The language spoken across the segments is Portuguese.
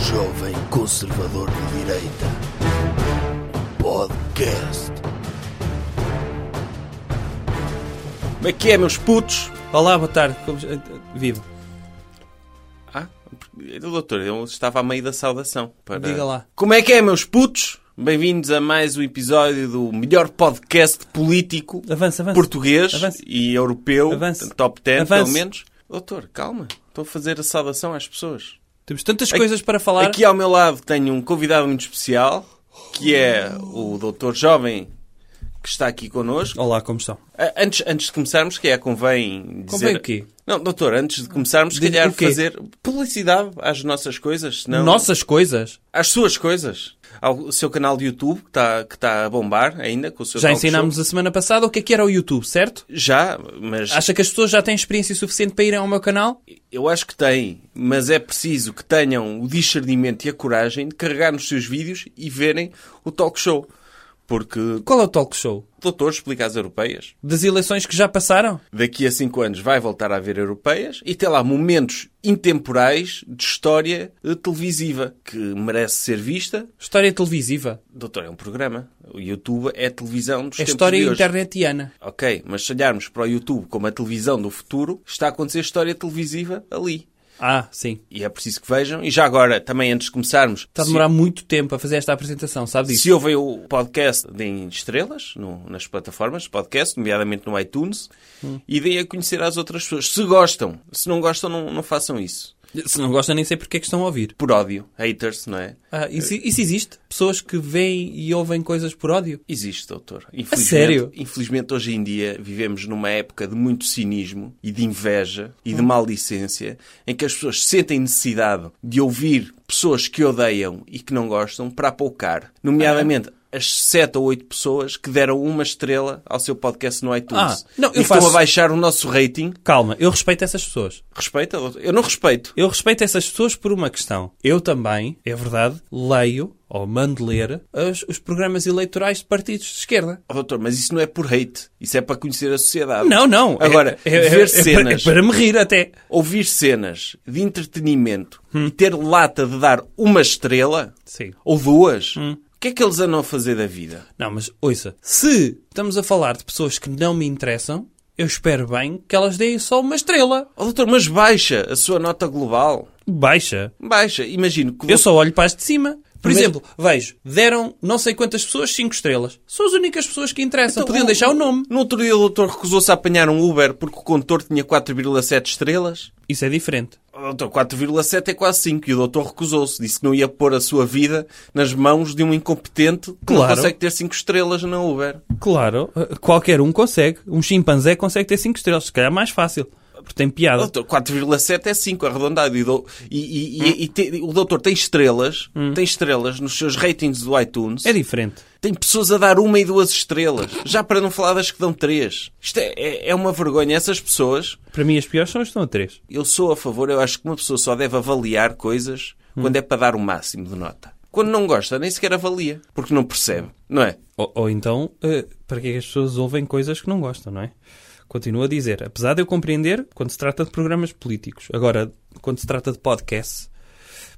Jovem Conservador de Direita. Podcast. Como é que é, meus putos? Olá, boa tarde. Como... eh, Viva. Ah, doutor, eu estava a meio da saudação. Para... Diga lá. Como é que é, meus putos? Bem-vindos a mais um episódio do melhor podcast político Avança, avança. português Avance. e europeu, Avance. top 10 Avance. pelo menos. Doutor, calma, estou a fazer a saudação às pessoas. Temos tantas coisas para falar. Aqui ao meu lado tenho um convidado muito especial, que é o doutor jovem que está aqui connosco. Olá, como estão? Ah, Antes, antes de começarmos, que é convém dizer... Convém o quê? Não, doutor, antes de começarmos, se Diz- calhar o quê? fazer publicidade às nossas coisas, senão... Nossas coisas? Às suas coisas. Ao seu canal de YouTube, que está que tá a bombar ainda, com o seu Já talk show. ensinámos a semana passada o que é que era o YouTube, certo? Já, mas Acha que as pessoas já têm experiência suficiente para irem ao meu canal? eu acho que tem. Mas é preciso que tenham o discernimento e a coragem de carregar nos seus vídeos e verem o talk show. Porque, Qual é o talk show? doutor, explica às europeias. Das eleições que já passaram? Daqui a cinco anos vai voltar a haver europeias e tem lá momentos intemporais de história eh, televisiva que merece ser vista. História televisiva. Doutor, é um programa. O YouTube é a televisão dos É tempos história de hoje. internetiana. Ok, mas se olharmos para o YouTube como a televisão do futuro, está a acontecer história televisiva ali. Ah, sim. E é preciso que vejam. E já agora, também antes de começarmos, Está a demorar muito tempo a fazer esta apresentação, sabe se, disso? se ouvem o podcast, deem estrelas no- nas plataformas de podcast, nomeadamente no iTunes, e deem a conhecer às outras pessoas. Se gostam, se não gostam, não, não façam isso. Se não gostam, nem sei porque é que estão a ouvir. Por ódio. Haters, não é? Ah, isso, isso existe? Pessoas que veem e ouvem coisas por ódio? Existe, doutor. sério? Infelizmente, hoje em dia, vivemos numa época de muito cinismo e de inveja e Hum. de maldicência, em que as pessoas sentem necessidade de ouvir pessoas que odeiam e que não gostam para apoucar. Nomeadamente, Ah. as sete ou oito pessoas que deram uma estrela ao seu podcast no iTunes. Ah, não, eu e que faço- estão a baixar o nosso rating. Calma, eu respeito essas pessoas. Respeita, doutor? Eu não respeito. Eu respeito essas pessoas por uma questão. Eu também, é verdade, leio ou mando ler as- os programas eleitorais de partidos de esquerda. Oh, doutor, mas isso não é por hate. Isso é para conhecer a sociedade. Não, não. é- Agora, é, é- ver é para- cenas... é para me rir até. ouvir cenas de entretenimento e ter lata de dar uma estrela Sim. ou duas, Hum. o que é que eles andam a fazer da vida? Não, mas ouça. Se estamos a falar de pessoas que não me interessam, eu espero bem que elas deem só uma estrela. Oh, doutor, mas baixa a sua nota global. Baixa. Baixa. Imagino que... Eu só olho para as de cima. Por Mas- exemplo, vejo, deram não sei quantas pessoas cinco estrelas. São as únicas pessoas que interessam. Podiam deixar o nome. Então, No outro dia o doutor recusou-se a apanhar um Uber porque o condutor tinha 4,7 estrelas. Isso é diferente. Oh, doutor, 4,7 é quase 5 e o doutor recusou-se. Disse que não ia pôr a sua vida nas mãos de um incompetente que Claro. não consegue ter 5 estrelas na Uber. Claro, qualquer um consegue. Um chimpanzé consegue ter 5 estrelas, se calhar mais fácil, porque tem Ah, piada. Doutor, 4,7 é 5 arredondado. E, dou- e- e- e- e te- o doutor tem estrelas, tem estrelas nos seus ratings do iTunes. É diferente. Tem pessoas a dar uma e duas estrelas. Já para não falar das que dão três. Isto é, é- é uma vergonha. Essas pessoas, Para mim, as piores são as que estão a 3. eu sou a favor, eu acho que uma pessoa só deve avaliar coisas quando é para dar o máximo de nota. Quando não gosta, nem sequer avalia, porque não percebe, não é? Ou, ou então, eh, para que é que as pessoas ouvem coisas que não gostam, não é? Continuo a dizer, apesar de eu compreender quando se trata de programas políticos, agora, quando se trata de podcasts.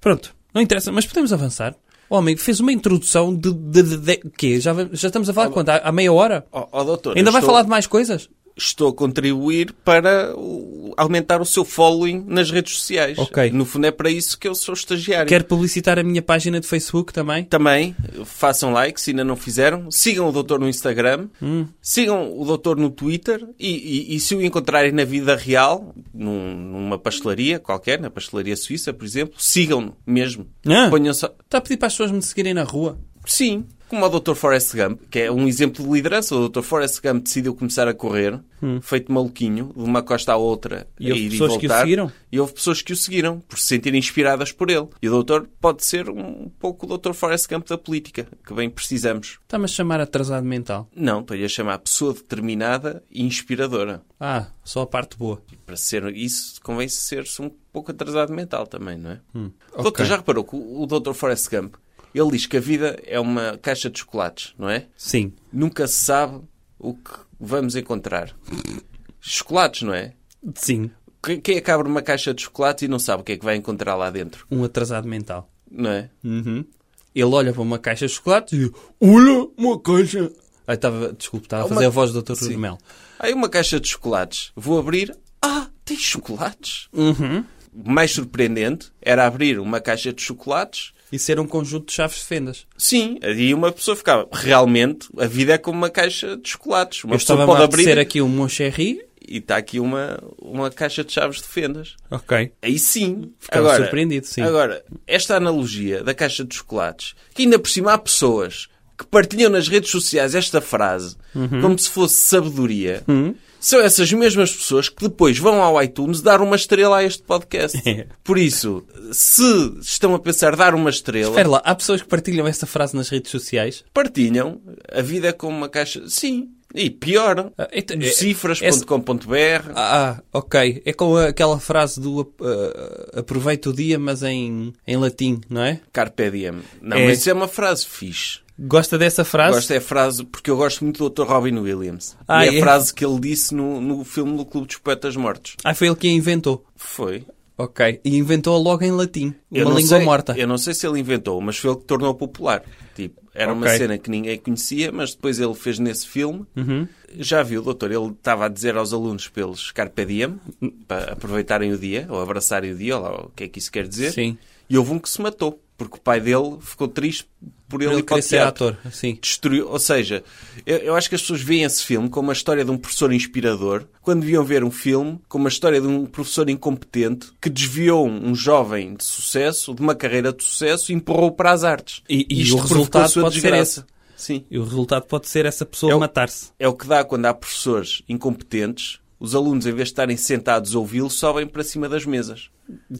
Pronto, não interessa, mas podemos avançar. O homem fez uma introdução de. de, de, de- quê? Já, va- já estamos a falar de quanto? Há, há meia hora? Ó ó, doutor, Ainda Ah, eu vai estou- falar de mais coisas? estou a contribuir para o- aumentar o seu following nas redes sociais. Ok. No fundo é para isso que eu sou estagiário. Quero publicitar a minha página de Facebook também. Também façam like se ainda não fizeram. Sigam o doutor no Instagram. Hum. Sigam o doutor no Twitter. E, e- e se o encontrarem na vida real, num- numa pastelaria qualquer, na pastelaria suíça, por exemplo, sigam-no mesmo. Ah. Ponham só... Está a pedir para as pessoas me seguirem na rua? Sim. Como o Dr. Forrest Gump, que é um exemplo de liderança. O Dr. Forrest Gump decidiu começar a correr, feito maluquinho, de uma costa à outra. Hum. E houve ir pessoas que o voltar. seguiram? E houve pessoas que o seguiram, por se sentirem inspiradas por ele. E o doutor pode ser um pouco o Dr. Forrest Gump da política, que bem precisamos. Está-me a chamar atrasado mental. Não, estou-lhe a chamar pessoa determinada e inspiradora. Ah, só a parte boa. Para ser isso, convém ser-se um pouco atrasado mental também, não é? Hum. ok. Doutor, já reparou que o o Dr. Forrest Gump, ele diz que a vida é uma caixa de chocolates, não é? Sim. Nunca se sabe o que vamos encontrar. Chocolates, não é? Sim. Que- Quem é que abre uma caixa de chocolates e não sabe o que é que vai encontrar lá dentro? Um atrasado mental. não é? Uhum. Ele olha para uma caixa de chocolates e diz, olha, uma caixa... Ah, estava, desculpe, estava a Uma- fazer a voz do Dr. Sim. Nuno Melo. Aí uma caixa de chocolates. Vou abrir. Ah, tem chocolates? Uhum. Mais surpreendente era abrir uma caixa de chocolates. Isso era um conjunto de chaves de fendas. Sim, aí uma pessoa ficava. Realmente, a vida é como uma caixa de chocolates. Uma Eu pessoa estava pode a aparecer abrir aqui um Moncherry. e está aqui uma, uma caixa de chaves de fendas. Ok. Aí sim. Ficava surpreendido, sim. Agora, esta analogia da caixa de chocolates, que ainda por cima há pessoas que partilham nas redes sociais esta frase Uhum. como se fosse sabedoria, Hum? são essas mesmas pessoas que depois vão ao iTunes dar uma estrela a este podcast. É. Por isso, se estão a pensar dar uma estrela, Espera lá, há pessoas que partilham esta frase nas redes sociais? partilham a vida é como uma caixa. Sim. E pior, Ah, então, no é- cifras.com.br. Ah, ok. É com a- aquela frase do ah, ah, aproveita o dia, mas em, em latim, não é? Carpe diem. Não, É. mas isso é uma frase fixe. Gosta dessa frase? Gosto é a frase, porque eu gosto muito do Dr. Robin Williams. Ah, e é é? a frase que ele disse no, no filme do Clube dos Poetas Mortos. Ah, foi ele quem a inventou. Foi. Ok. E inventou logo em latim. Eu uma não língua sei- morta. Eu não sei se ele inventou, mas foi ele que tornou popular. Tipo, era uma Ok. cena que ninguém conhecia, mas depois ele fez nesse filme. Uhum. Já viu, doutor, ele estava a dizer aos alunos pelos Carpe Diem, para aproveitarem o dia, ou abraçarem o dia, ou lá, o que é que isso quer dizer. Sim. E houve um que se matou, porque o pai dele ficou triste por ele, Ele ir para o queria ser teatro. ator. Sim. destruiu. Ou seja, eu, eu acho que as pessoas veem esse filme como a história de um professor inspirador, quando deviam ver um filme como a história de um professor incompetente que desviou um jovem de sucesso, de uma carreira de sucesso e empurrou para as artes. E- e Isto o provocou resultado a sua pode ser desgraça. Sim. E o resultado pode ser essa pessoa Eu- matar-se. É o que dá quando há professores incompetentes. Os alunos, em vez de estarem sentados a ouvi-lo, sobem para cima das mesas.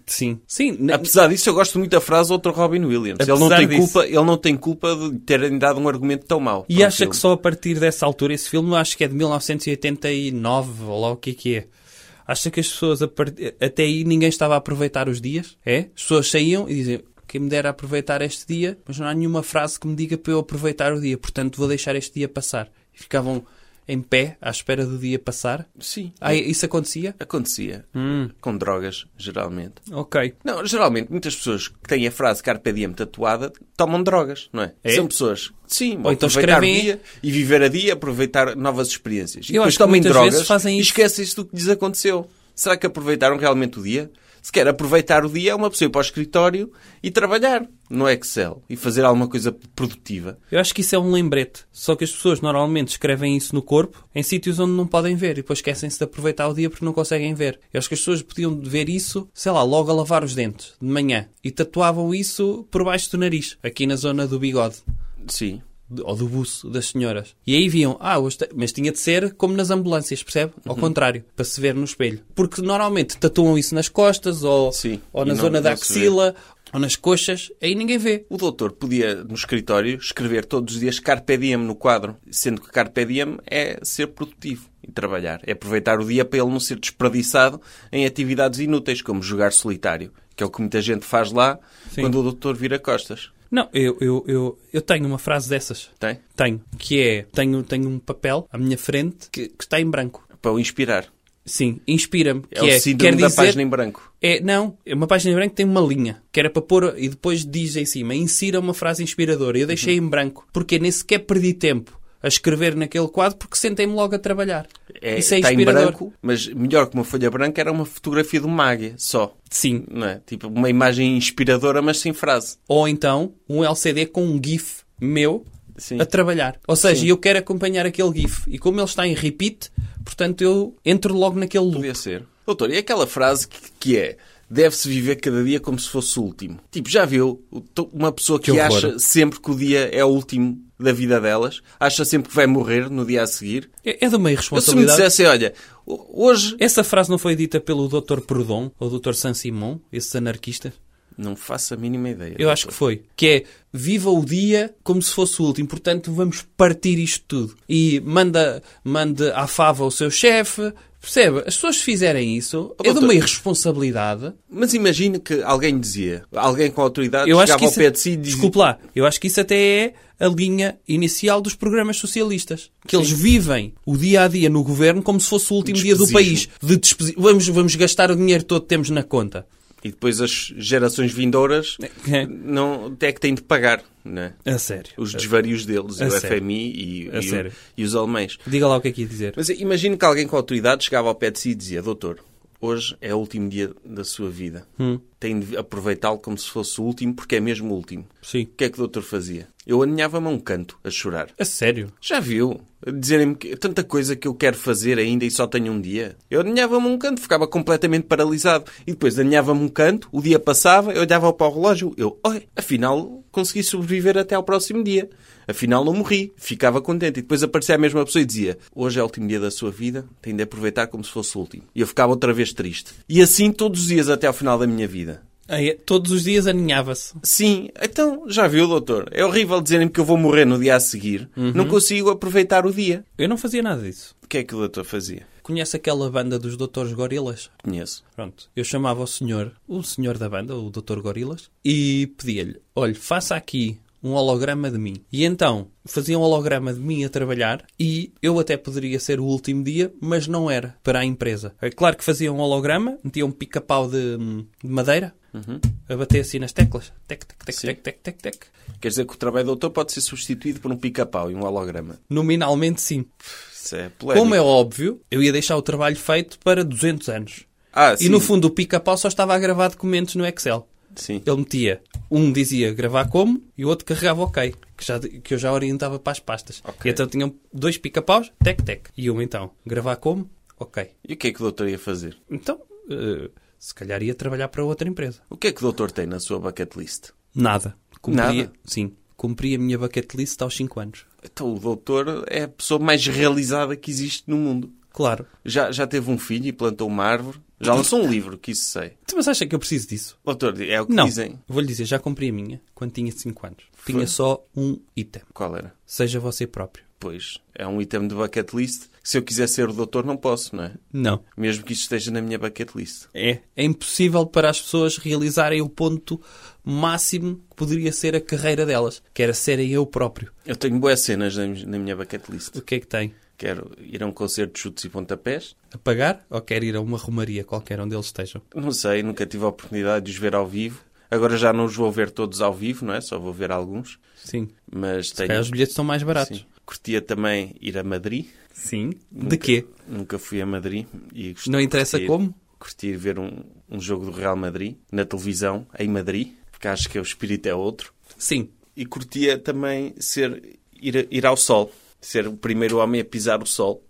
Sim. Sim. né, ne- Apesar disso, eu gosto muito da frase do outro Robin Williams. Ele não, Apesar tem disso. culpa, ele não tem culpa de terem dado um argumento tão mau. E para um acha filme. que só a partir dessa altura, esse filme acho que é de 1989, ou lá o que é que é. Acha que as pessoas, a part- até aí, ninguém estava a aproveitar os dias? É? As pessoas saíam e diziam, quem me dera aproveitar este dia, mas não há nenhuma frase que me diga para eu aproveitar o dia, portanto vou deixar este dia passar. E ficavam em pé, à espera do dia passar. Sim. Ah, isso acontecia? Acontecia. Hum. Com drogas, geralmente. Ok. Não, geralmente muitas pessoas que têm a frase Carpe Diem tatuada tomam drogas, não é? É? São pessoas, sim, Ou vão então aproveitar escrevem- o dia e viver a dia, aproveitar novas experiências. E Eu depois acho que tomem muitas drogas vezes fazem e isso. esquecem-se do que lhes aconteceu. Será que aproveitaram realmente o dia? Se quer aproveitar o dia, é uma pessoa ir para o escritório e trabalhar no Excel e fazer alguma coisa produtiva. Eu acho que isso é um lembrete. Só que as pessoas normalmente escrevem isso no corpo em sítios onde não podem ver e depois esquecem-se de aproveitar o dia porque não conseguem ver. Eu acho que as pessoas podiam ver isso, sei lá, logo a lavar os dentes, de manhã. E tatuavam isso por baixo do nariz, aqui na zona do bigode. Sim. de- Ou do buço das senhoras. E aí viam, ah, hoje te- mas tinha de ser como nas ambulâncias, percebe? Ao Uhum. contrário, para se ver no espelho. Porque normalmente tatuam isso nas costas ou, Sim, ou na e não- zona da não se vê. axila ou nas coxas, aí ninguém vê. O doutor podia, no escritório, escrever todos os dias Carpe Diem no quadro, sendo que Carpe Diem é ser produtivo e trabalhar. É aproveitar o dia para ele não ser desperdiçado em atividades inúteis, como jogar solitário, que é o que muita gente faz lá Sim. quando o doutor vira costas. Não, eu, eu, eu, eu tenho uma frase dessas. Tem? Tenho. Que é, tenho, tenho um papel à minha frente que, que está em branco. Para o inspirar. Sim, inspira-me. É que o é, síndrome quer da dizer, página em branco. É, não, é uma página em branco que tem uma linha, que era para pôr, e depois diz em cima, insira uma frase inspiradora. Eu deixei em branco, porque nem sequer perdi tempo a escrever naquele quadro, porque sentei-me logo a trabalhar. É, Isso é está em inspirador. branco, mas melhor que uma folha branca era uma fotografia de uma águia só. Sim. Não é? Tipo, uma imagem inspiradora, mas sem frase. Ou então, um LCD com um GIF meu Sim. a trabalhar. Ou seja, eu quero acompanhar aquele GIF. E como ele está em repeat, portanto eu entro logo naquele loop. Podia ser. Doutor, e aquela frase que, que é deve-se viver cada dia como se fosse o último? Tipo, já viu O- to- uma pessoa que, Que horror. acha sempre que o dia é o último da vida delas? Acha sempre que vai morrer no dia a seguir? É, é de uma Eu se me irresponsabilidade. dissessem, olha, ho- hoje... Essa frase não foi dita pelo Dr. Proudhon ou Dr. Saint-Simon, esses anarquistas? Não faço a mínima ideia. Eu acho que foi. Que é, viva o dia como se fosse o último. Portanto, vamos partir isto tudo. E manda, manda à fava o seu chefe. Percebe? As pessoas que fizerem isso é de doutor. uma irresponsabilidade. Mas imagine que alguém dizia, alguém com autoridade, Eu acho chegava que isso... Ah, é ao pé de si e dizia... Desculpe lá. Eu acho que isso até é a linha inicial dos programas socialistas. Que eles vivem o dia-a-dia no governo como se fosse o último dia do país. Despesismo. De despesi- vamos, vamos gastar o dinheiro todo que temos na conta. E depois as gerações vindouras É. não, é que têm de pagar né? A sério. os desvarios deles, e A o sério. FMI e, A e, o, sério. e os alemães. Diga lá o que é que ia dizer. Mas imagino que alguém com autoridade chegava ao pé de si e dizia: Doutor, hoje é o último dia da sua vida. Tem de aproveitá-lo como se fosse o último, porque é mesmo o último. Sim. O que é que o doutor fazia? Eu aninhava-me a um canto a chorar. A sério. Já viu? Dizerem-me que tanta coisa que eu quero fazer ainda e só tenho um dia. Eu aninhava-me um canto, ficava completamente paralisado. E depois aninhava-me um canto, o dia passava, eu olhava para o relógio. Eu, olha, afinal consegui sobreviver até ao próximo dia. Afinal não morri. Ficava contente. E depois aparecia a mesma pessoa e dizia: Hoje é o último dia da sua vida, tem de aproveitar como se fosse o último. E eu ficava outra vez triste. E assim todos os dias até ao final da minha vida. Aí, todos os dias aninhava-se. Sim, então já viu, doutor? É horrível dizerem-me que eu vou morrer no dia a seguir. Não consigo aproveitar o dia. Eu não fazia nada disso. O que é que o doutor fazia? Conhece aquela banda dos Doutores Gorilas? Conheço. Pronto. Eu chamava o senhor, o senhor da banda, o Dr. Gorilas, e pedia-lhe: olha, faça aqui um holograma de mim. E então fazia um holograma de mim a trabalhar e eu até poderia ser o último dia, mas não era para a empresa. É claro que fazia um holograma, metia um pica-pau de, hum, de madeira a bater assim nas teclas. Tec, tec, tec, Uhum. Sim. tec, tec, tec, tec. Quer dizer que o trabalho do doutor pode ser substituído por um pica-pau e um holograma. Nominalmente sim. Isso é polémico. Como é óbvio, eu ia deixar o trabalho feito para 200 anos. Ah, E sim. no fundo o pica-pau só estava a gravar documentos no Excel. Sim. Ele metia, um dizia gravar como e o outro carregava OK, que, já, que eu já orientava para as pastas. Ok. E então tinham dois pica-paus, tec-tec. E um então, gravar como, OK. E o que é que o doutor ia fazer? Então, eh, se calhar ia trabalhar para outra empresa. O que é que o doutor tem na sua bucket list? Nada. Nada? Sim, cumpri a minha bucket list aos 5 anos. Então o doutor é a pessoa mais realizada que existe no mundo. Claro. Já, já teve um filho e plantou uma árvore. Já lançou um livro, que isso sei. Então, Mas acha que eu preciso disso? Doutor, é o que Não. dizem. Vou-lhe dizer, já cumpri a minha quando tinha 5 anos. Foi? Tinha só um item. Qual era? Seja você próprio. Pois, é um item de bucket list. Se eu quiser ser o doutor, não posso, não é? Não. Mesmo que isso esteja na minha bucket list. É. É impossível para as pessoas realizarem o ponto máximo que poderia ser a carreira delas, que era serem eu próprio. Eu tenho boas cenas na, na minha bucket list. O que é que tem? Quero ir a um concerto de chutes e pontapés. Apagar ou quer ir a uma romaria, qualquer onde eles estejam? Não sei, nunca tive a oportunidade de os ver ao vivo. Agora já não os vou ver todos ao vivo, não é? Só vou ver alguns. Sim. Mas tenho. Os bilhetes são mais baratos. Sim. Curtia também ir a Madrid. Sim. De quê? Nunca fui a Madrid. E gost- Não interessa curti- como? Curti ir ver um, um jogo do Real Madrid na televisão, em Madrid, porque acho que o espírito é outro. Sim. E curtia também ser, ir, ir ao sol. Ser o primeiro homem a pisar o sol.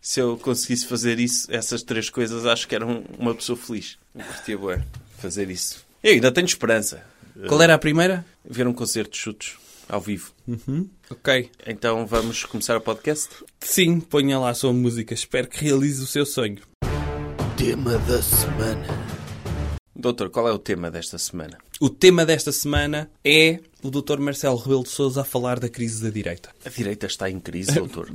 Se eu conseguisse fazer isso, essas três coisas, acho que era um- uma pessoa feliz. Eu curtia bué fazer isso. Eu ainda tenho esperança. Qual era a primeira? Ver um concerto de chutes ao vivo. Ok. Então vamos começar o podcast? Sim, ponha lá a sua música. Espero que realize o seu sonho. Tema da semana. Doutor, qual é o tema desta semana? O tema desta semana é o Dr. Marcelo Rebelo de Sousa a falar da crise da direita. A direita está em crise, doutor.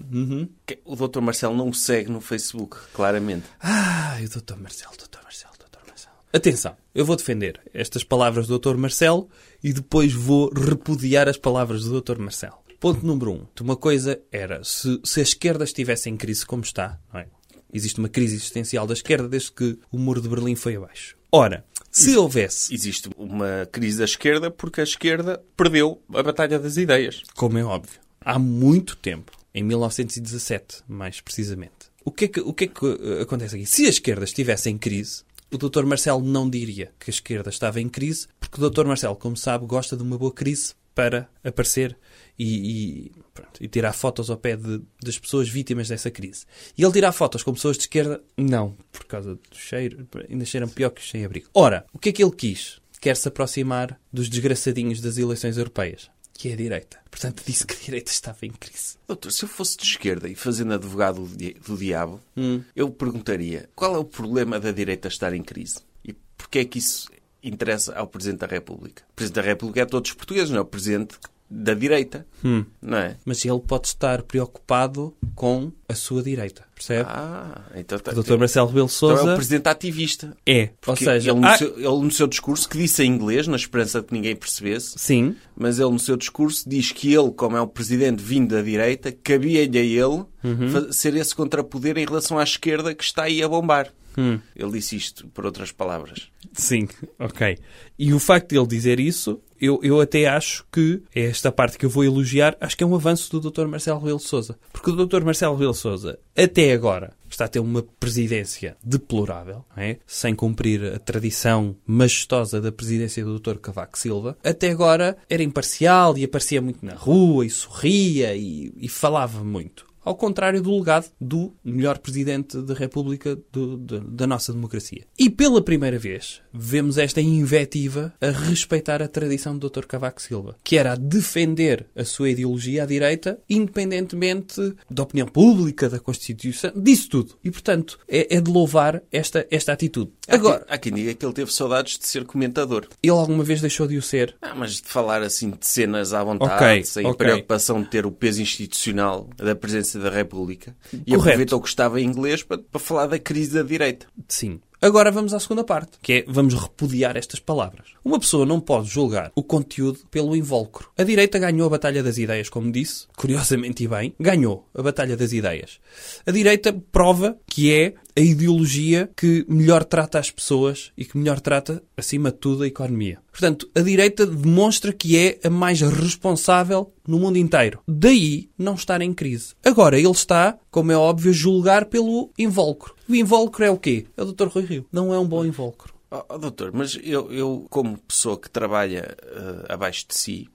Que- O doutor Marcelo não o segue no Facebook, claramente. Ai, o Dr. Marcelo, Dr. Marcelo, Dr. Marcelo. Atenção, eu vou defender estas palavras do Dr. Marcelo e depois vou repudiar as palavras do Dr. Marcelo. Ponto número um. Uma coisa era, se, se a esquerda estivesse em crise como está, não é? Existe uma crise existencial da esquerda desde que o muro de Berlim foi abaixo. Ora, se houvesse, Existe uma crise da esquerda porque a esquerda perdeu a batalha das ideias. como é óbvio, há muito tempo, em 1917, mais precisamente, o que é que, o que, é que eh, acontece aqui? Se a esquerda estivesse em crise, o Dr. Marcelo não diria que a esquerda estava em crise, porque o Dr. Marcelo, como sabe, gosta de uma boa crise para aparecer e, e, pronto, e tirar fotos ao pé de- das pessoas vítimas dessa crise. E ele tirar fotos com pessoas de esquerda? Não, por causa do cheiro, ainda cheiram pior que os sem abrigo. Ora, o que é que ele quis? Quer se aproximar dos desgraçadinhos das eleições europeias que é a direita. Portanto, disse que a direita estava em crise. Doutor, se eu fosse de esquerda e fazendo advogado do di- do diabo, Hum. eu perguntaria qual é o problema da direita estar em crise? E porquê é que isso interessa ao Presidente da República? O Presidente da República é todos os portugueses, não é o Presidente da direita, Hum. não é? Mas ele pode estar preocupado com a sua direita, percebe? Ah, então, tá- o Dr. Marcelo Rebelo de então é Sousa o Presidente ativista. é, ou Que seja, ele, no ah, seu, ele no seu discurso, que disse em inglês, na esperança de que ninguém percebesse, sim, mas ele no seu discurso diz que ele, como é o presidente vindo da Uhum. direita, cabia-lhe a ele fa- ser esse contrapoder em relação à esquerda que está aí a bombar. Hum. Ele disse isto, por outras palavras. Sim, ok. E o facto de ele dizer isso, eu, eu até acho que é esta parte que eu vou elogiar, acho que é um avanço do Dr. Marcelo Rebelo de Sousa. Porque o Dr. Marcelo Rebelo de Sousa, até agora, está a ter uma presidência deplorável, não é? sem cumprir a tradição majestosa da presidência do Dr. Cavaco Silva. Até agora era imparcial e aparecia muito na rua e sorria e, e falava muito. Ao contrário do legado do melhor presidente da República do- do- da nossa democracia. E pela primeira vez vemos esta invetiva a respeitar a tradição do Dr. Cavaco Silva, que era a defender a sua ideologia à direita, independentemente da opinião pública, da Constituição, disso tudo. E, portanto, é, é de louvar esta, esta atitude. Agora, Há quem diga que ele teve saudades de ser comentador. ele alguma vez deixou de o ser? Ah, mas de falar assim de cenas à vontade, Ok, sem ok. preocupação de ter o peso institucional da presença da República. E Correto. aproveitou que estava em inglês para, para falar da crise da direita. Sim. Agora vamos à segunda parte, que é vamos repudiar estas palavras. Uma pessoa não pode julgar o conteúdo pelo invólucro. A direita ganhou a Batalha das Ideias, como disse, curiosamente e bem, ganhou a Batalha das Ideias. A direita prova que é a ideologia que melhor trata as pessoas e que melhor trata, acima de tudo, a economia. Portanto, a direita demonstra que é a mais responsável no mundo inteiro. Daí não estar em crise. Agora ele está, como é óbvio, a julgar pelo invólucro. O invólucro é o quê? É o Dr. Rui Rio. Não é um bom invólucro. Oh, oh, doutor, mas eu, eu, como pessoa que trabalha eh, abaixo de si,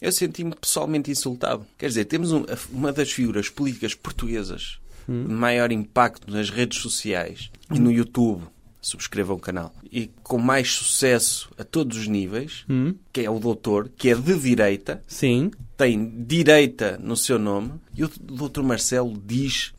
eu senti-me pessoalmente insultado. Quer dizer, temos um- a- uma das figuras políticas portuguesas de maior impacto nas redes sociais e no YouTube, subscrevam o canal, e com mais sucesso a todos os níveis, que é o doutor, que é de direita, Sim. tem direita no seu nome e o Dr. Marcelo diz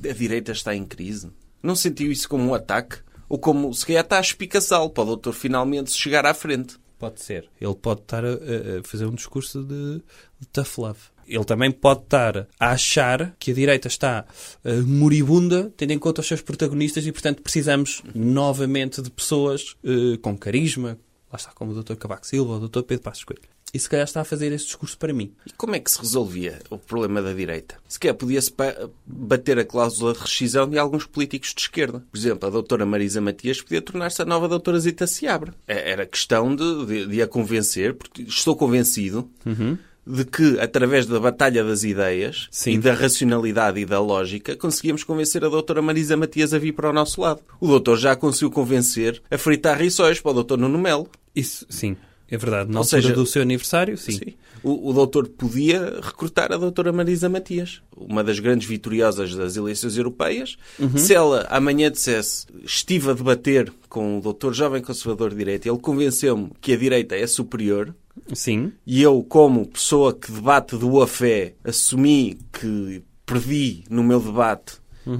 que a direita está em crise. Não sentiu isso como um ataque? Ou como se calhar está a espicaçá-lo para o doutor finalmente chegar à frente? Pode ser. Ele pode estar a, a- a fazer um discurso de, de tough love. Ele também pode estar a achar que a direita está eh, moribunda, tendo em conta os seus protagonistas, e portanto precisamos novamente de pessoas eh, com carisma, lá está como o Dr. Cavaco Silva ou o Dr. Pedro Passos Coelho. E se calhar está a fazer esse discurso para mim. E como é que se resolvia o problema da direita? Se calhar podia-se pa- bater a cláusula de rescisão de alguns políticos de esquerda. Por exemplo, a doutora Marisa Matias podia tornar-se a nova doutora Zita Seabra. É- Era questão de, de- de a convencer, porque estou convencido de que, através da batalha das ideias Sim. e da racionalidade e da lógica, conseguíamos convencer a doutora Marisa Matias a vir para o nosso lado. O doutor já a conseguiu convencer a fritar rissóis para o doutor Nuno Melo. Isso, sim. É verdade. Na Ou altura seja- do seu aniversário, sim. Sim. O, o doutor podia recrutar a doutora Marisa Matias, uma das grandes vitoriosas das eleições europeias. Se ela amanhã dissesse, estive a debater com o doutor jovem conservador de direita, ele convenceu-me que a direita é superior, Sim. e eu, como pessoa que debate do a fé, assumi que perdi no meu debate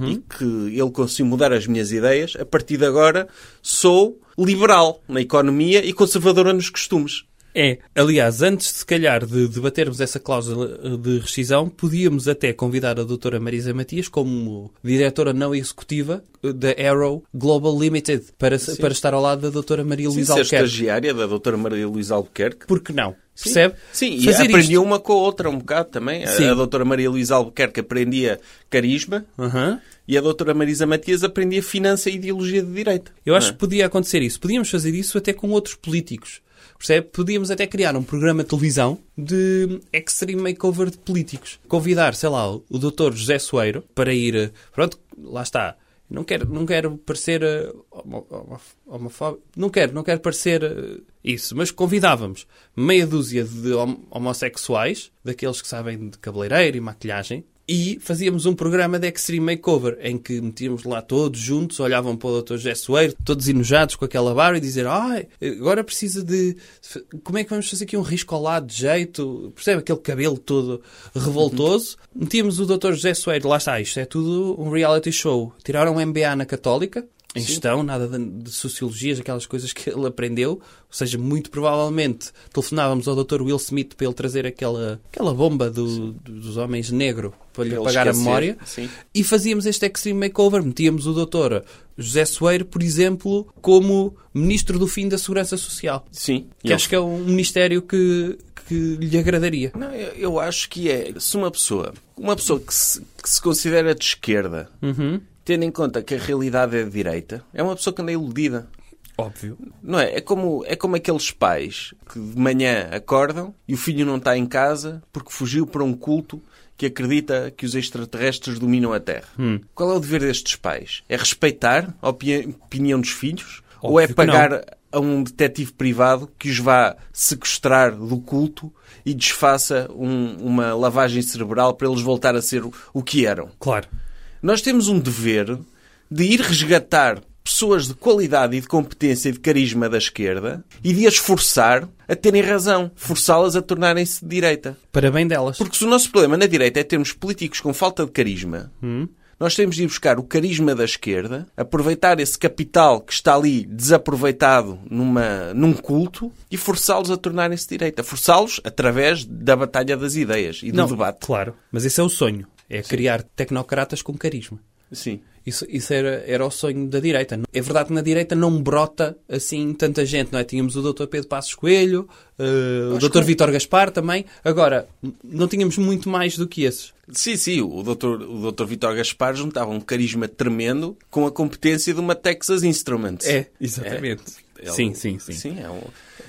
e que ele conseguiu mudar as minhas ideias, a partir de agora sou liberal na economia e conservadora nos costumes. É. Aliás, antes se calhar de debatermos essa cláusula eh, de rescisão, podíamos até convidar a doutora Marisa Matias como diretora não executiva eh, da Arrow Global Limited para, se- para estar ao lado da doutora Maria Sim, Luísa ser Albuquerque. estagiária da doutora Maria Luísa Albuquerque. Por que não? Percebe? Sim, e Fazer aprendia isto. uma com a outra um bocado também. A- Sim. A doutora Maria Luísa Albuquerque aprendia carisma Aham. e a doutora Marisa Matias aprendia finança e ideologia de direita. Eu acho Não é? que podia acontecer isso. Podíamos fazer isso até com outros políticos. Percebe? Podíamos até criar um programa de televisão de extreme makeover de políticos. Convidar, sei lá, o Dr. José Soeiro para ir. eh, Pronto, lá está. Não quero, não quero parecer eh, homo- homo- homofóbico. Não quero, não quero parecer eh, isso. Mas convidávamos meia dúzia de hom- homossexuais, daqueles que sabem de cabeleireiro e maquilhagem, e fazíamos um programa de Extreme Makeover, em que metíamos lá todos juntos, olhavam para o Dr. José Soeiro, todos enojados com aquela barba e dizer ah, agora precisa de... Como é que vamos fazer aqui um risco ao lado, de jeito? Percebe? Aquele cabelo todo revoltoso. Metíamos o Dr. José Soeiro, lá está, isto é tudo um reality show. Tiraram um MBA na Católica, em gestão, nada de, de sociologias, aquelas coisas que ele aprendeu. Ou seja, muito provavelmente telefonávamos ao Dr. Will Smith para ele trazer aquela, aquela bomba do- dos homens negro para lhe Para ele apagar a esquecer. memória. Sim. E fazíamos este Extreme Makeover. Metíamos o Dr. José Soeiro, por exemplo, como Ministro do Fim da Segurança Social. Sim. Que Eu- acho que é um ministério que, que lhe agradaria. Não, eu, Uhum. eu acho que é. Se uma pessoa. Uma pessoa que se, que se considera de esquerda tendo em conta que a realidade é de direita, é uma pessoa que anda iludida. Óbvio. Não é? É como, é como aqueles pais que de manhã acordam e o filho não está em casa porque fugiu para um culto que acredita que os extraterrestres dominam a Terra. Hum. Qual é o dever destes pais? É respeitar a opi- opinião dos filhos? ou é Óbvio que não. pagar a um detetive privado que os vá sequestrar do culto e desfaça um- uma lavagem cerebral para eles voltar a ser o- o que eram? Claro. Nós temos um dever de ir resgatar pessoas de qualidade e de competência e de carisma da esquerda e de as forçar a terem razão, forçá-las a tornarem-se de direita. Parabéns delas. Porque se o nosso problema na direita é termos políticos com falta de carisma, nós temos de ir buscar o carisma da esquerda, aproveitar esse capital que está ali desaproveitado numa, num culto e forçá-los a tornarem-se de direita. Forçá-los através da batalha das ideias e do não, debate. Claro. Mas esse é o sonho. É criar tecnocratas com carisma. Sim. Isso, isso era, era o sonho da direita. É verdade que na direita não brota assim tanta gente, não é? Tínhamos o Dr. Pedro Passos Coelho, eh, o Dr. Vítor Gaspar também. Agora, n- não tínhamos muito mais do que esses. Sim, sim, o Dr. O Dr. Vitor Gaspar juntava um carisma tremendo com a competência de uma Texas Instruments. É, É. Ele- Sim, sim, sim. é um-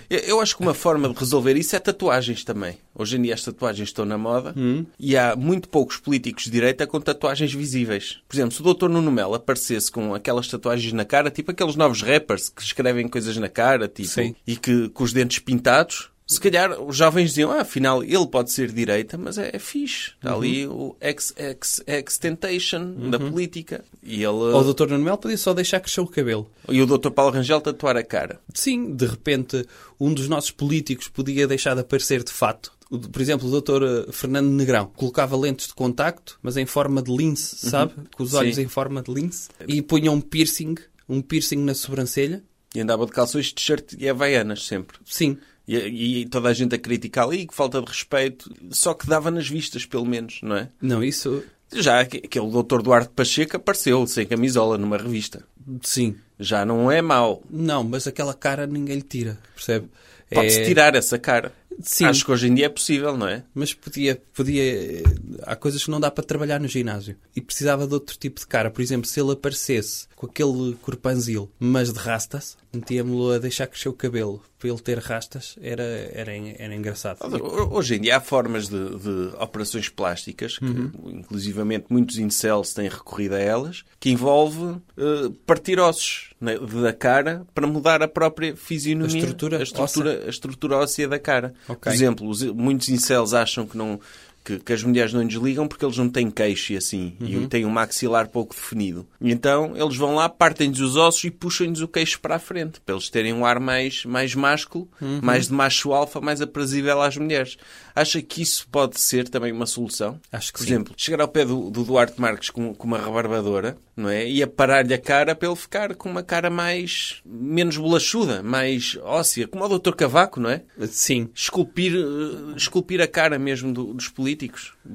Eu- Eu acho que uma forma de resolver isso é tatuagens também. Hoje em dia as tatuagens estão na moda Hum. e há muito poucos políticos de direita com tatuagens visíveis. Por exemplo, se o Dr. Nuno Melo aparecesse com aquelas tatuagens na cara, tipo aqueles novos rappers que escrevem coisas na cara tipo, Sim. e que com os dentes pintados, se calhar os jovens diziam, ah, afinal ele pode ser de direita, mas é, é fixe. Uhum. Está ali o XXXTentacion da política. E, ele... Ou o Dr. Nuno Melo podia só deixar crescer o cabelo. e o Dr. Paulo Rangel tatuar a cara. Sim, de repente um dos nossos políticos podia deixar de aparecer de fato. O- Por exemplo, o Dr. Fernando Negrão colocava lentes de contacto, mas em forma de lince, sabe? Com os olhos Sim. em forma de lince. E punha um piercing, um piercing na sobrancelha. E andava de calções de shirt e havaianas sempre. Sim. E, e toda a gente a criticar ali, que falta de respeito. Só que dava nas vistas, pelo menos, não é? Não, isso. Já aque- aquele doutor Duarte Pacheco apareceu sem camisola numa revista. Sim. Já não é mau. Não, mas aquela cara ninguém lhe tira, percebe? Pode-se É- tirar essa cara. Sim. Acho que hoje em dia é possível, não é? Mas podia, podia. Há coisas que não dá para trabalhar no ginásio. E precisava de outro tipo de cara. Por exemplo, se ele aparecesse com aquele corpanzil, mas de rastas, metíamos-lo a deixar crescer o cabelo para ele ter rastas, era, era, en- era engraçado. Hoje em dia há formas de, de operações plásticas, que Uhum. inclusivamente muitos incels têm recorrido a elas, que envolve eh, partir ossos na- da cara para mudar a própria fisionomia, A estrutura a estrutura, a estrutura óssea da cara. Ok. Por exemplo, os- muitos incels acham que não... Que, que as mulheres não lhes ligam porque eles não têm queixo e assim, Uhum. e têm um maxilar pouco definido. E então eles vão lá, partem-lhes os ossos e puxam-lhes o queixo para a frente, para eles terem um ar mais, mais másculo, Uhum. mais de macho alfa, mais aprazível às mulheres. Acha que isso pode ser também uma solução? Acho que Por sim. exemplo, chegar ao pé do, do Duarte Marques com, com uma rebarbadora, não é? E a parar-lhe a cara para ele ficar com uma cara mais. menos bolachuda, mais óssea, como o Dr. Cavaco, não é? Sim. esculpir, eh, esculpir a cara mesmo do- dos políticos.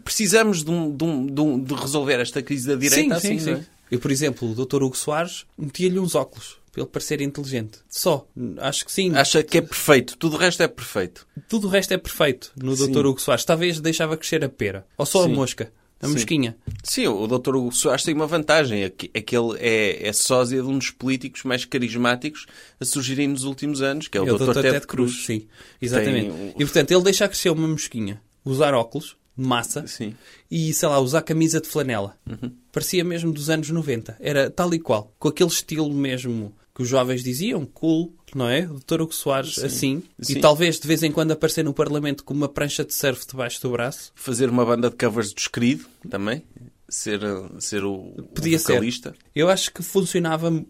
Precisamos de, um- de um- de um- de resolver esta crise da direita assim, não é? Eu, por exemplo, o Dr. Hugo Soares metia-lhe uns óculos para ele parecer inteligente. Só. Acho que sim. Acha que é perfeito, tudo o resto é perfeito. Tudo o resto é perfeito no Sim. Dr. Hugo Soares. Talvez deixava crescer a pera. Ou só a Sim. mosca. A Sim. mosquinha. Sim, o Dr. Hugo Soares tem uma vantagem, é que, é que ele é, é sósia de um dos políticos mais carismáticos a surgirem nos últimos anos, que é o, É Dr. Ted, Cruz. Sim, exatamente. Tem o- E portanto, ele deixa crescer uma mosquinha, usar óculos, de massa, Sim. Uhum. e sei lá, usar camisa de flanela. Parecia mesmo dos anos 90. Era tal e qual. Com aquele estilo mesmo que os jovens diziam, cool, não é? O Dr. Hugo Soares, assim. Sim. E talvez de vez em quando aparecer no Parlamento com uma prancha de surf debaixo do braço. Fazer uma banda de covers do Creed também, ser, eh, ser o, Podia o vocalista. ser. Eu acho que funcionava m-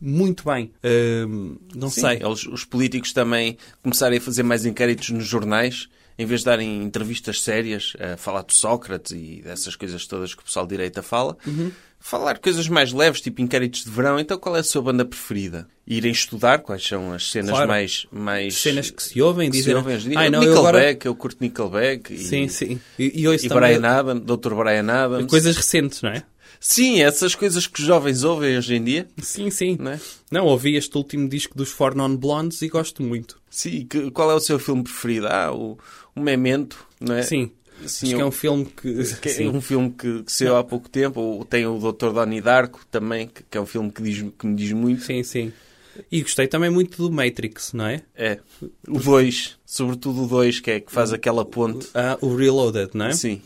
muito bem. Ahm, não Sim, sei. eles- os políticos também começarem a fazer mais inquéritos nos jornais, em vez de darem entrevistas sérias a falar de Sócrates e dessas coisas todas que o pessoal de direita fala, Uhum. falar coisas mais leves, tipo inquéritos de verão. Então, qual é a sua banda preferida? Irem estudar quais são as cenas Claro. mais, mais. Cenas que se ouvem, que se dizem. ouvem hoje em dia. "Ai, não, eu agora-" Nickelback, eu curto Nickelback. E, Sim, sim. E, e ouço E também Brian Adams, Dr. Brian Adams. coisas recentes, não é? Sim, essas coisas que os jovens ouvem hoje em dia. Sim, sim. Não é? Não, ouvi este último disco dos Four Non Blondes e gosto muito. Sim, que- qual é o seu filme preferido? Ah, o, o Memento, não é? Sim. Sim, Acho que é eu- um filme que. que é sim. um filme que, que saiu há pouco tempo. ou Tem o Dr. Donnie Darko também, que, que é um filme que, diz, que me diz muito. sim, sim. E gostei também muito do Matrix, não é? É. O 2, sobretudo o 2, que é que Uhum. faz aquela ponte. Ah, o Reloaded, não é? Sim.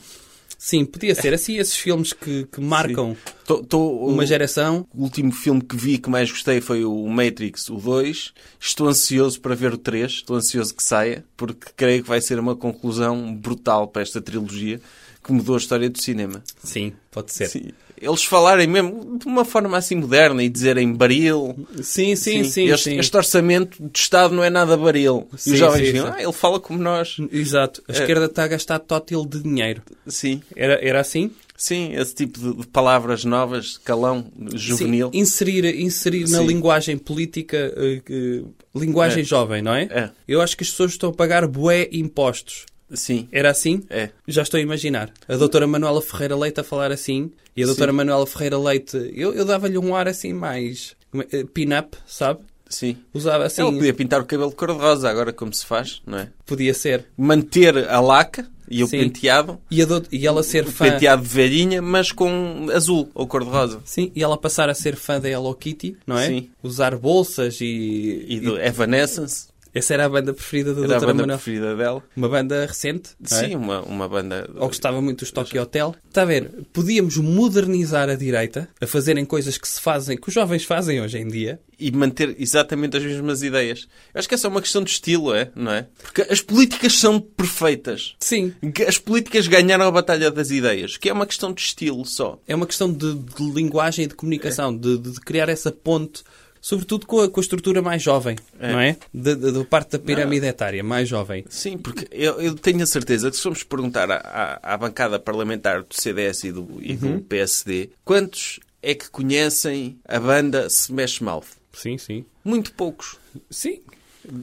Sim, podia ser assim esses filmes que, que marcam Tô, tô- uma o- geração. O último filme que vi que mais gostei foi o Matrix, o 2. Estou ansioso para ver o 3. Estou ansioso que saia, porque creio que vai ser uma conclusão brutal para esta trilogia que mudou a história do cinema. Sim, pode ser. Sim, Sim. Eles falarem mesmo de uma forma assim moderna e dizerem baril. sim, sim. sim, este, este orçamento de Estado não é nada baril. e Sim, os jovens sim, dizem, sim. ah, ele fala como nós. Exato. é- A esquerda está a gastar tótil de dinheiro. Sim, Era, era assim? sim, esse tipo de, de palavras novas, calão, juvenil. Sim, inserir inserir na Sim. linguagem política, eh, eh, linguagem É. jovem, não é? É. Eu acho que as pessoas estão a pagar bué impostos. Sim, Era assim? é. Já estou a imaginar. A doutora Manuela Ferreira Leite a falar assim. E a doutora Manuela Ferreira Leite... Eu, eu dava-lhe um ar assim mais... como é, eh, Pin-up, sabe? Sim. Usava assim... Ele É, podia pintar o cabelo de cor-de-rosa, agora como se faz, não é? Podia ser. Manter a laca e o Sim. penteado, E, a dout- e ela ser o fã... penteado de velhinha, mas com azul ou cor-de-rosa. Sim, e ela passar a ser fã da Hello Kitty, não é? Sim. Usar bolsas e... E do Evanescence, Essa era a banda preferida da era a doutora banda Manuela. preferida dela. Uma banda recente, não é? Sim, uma, uma banda... ou gostava muito dos Tokyo Hotel. Está a ver? Podíamos modernizar a direita a fazerem coisas que se fazem, que os jovens fazem hoje em dia. e manter exatamente as mesmas ideias. Eu acho que é só uma questão de estilo, é? Não é? Porque as políticas são perfeitas. Sim. As políticas ganharam a batalha das ideias, que é uma questão de estilo só. É uma questão de, de linguagem e de comunicação, de, de- de criar essa ponte, sobretudo com a, com a estrutura mais jovem, É. não é? Da da- da parte da pirâmide etária, mais jovem. Sim, porque eu, eu tenho a certeza que se formos perguntar à, à- à bancada parlamentar do CDS e do, e do PSD, quantos é que conhecem a banda Smash Mouth? Sim, sim. Muito poucos. Sim.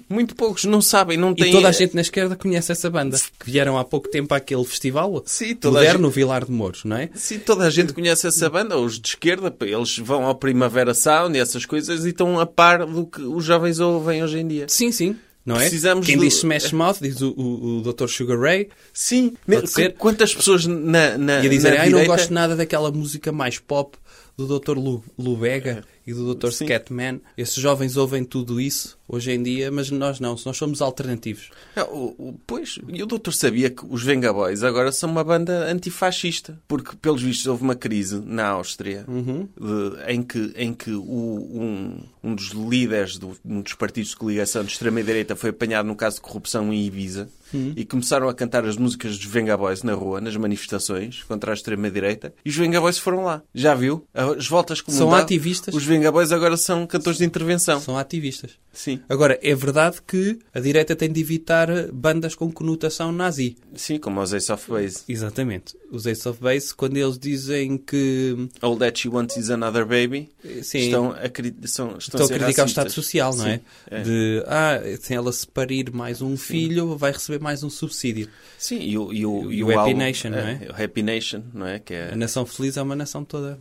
Muito poucos não sabem, não E têm... toda a gente na esquerda conhece essa banda, que vieram há pouco tempo àquele festival Sim, toda a moderno, no Vilar de Mouros, não é? Sim, toda a gente conhece essa banda, os de esquerda, pá, eles vão ao Primavera Sound e essas coisas e estão a par do que os jovens ouvem hoje em dia. Sim, sim. Não é? Precisamos Quem do- diz Smash Mouth diz o, o, o Dr. Sugar Ray, Sim, Pode qu- ser. quantas pessoas na, na E a dizer, na ai, não direita- gosto nada daquela música mais pop do Dr. Lu, Lu Bega e do Dr. É. Sim. Scatman. Esses jovens ouvem tudo isso hoje em dia, mas nós não, nós somos alternativos. Ah, o- o- Pois, e o doutor sabia que os Venga Boys agora são uma banda antifascista, porque, pelos vistos, houve uma crise na Áustria Uhum. de- em que, em que o- um, um dos líderes de um dos partidos de coligação de extrema-direita foi apanhado num caso de corrupção em Ibiza Uhum. e começaram a cantar as músicas dos Venga Boys na rua, nas manifestações contra a extrema-direita, e os Venga Boys foram lá. Já viu? As voltas que São mudaram, ativistas? Os Venga Boys agora são cantores de intervenção. São ativistas. Sim, Agora, é verdade que a direita tem de evitar bandas com conotação nazi. sim, como os Ace of Base. Exatamente. Os Ace of Base, quando eles dizem que All That She Wants Is Another Baby Sim. estão a, cri- são, estão Estão a ser criticar o racistas. Estado Social, não é? Sim, é. De, ah, se ela se parir mais um filho, vai receber mais um subsídio. Sim, e o, e o, E o Happy álbum- eh, Nation, não é? O Happy Nation, não é? Que é, A nação feliz é uma nação toda.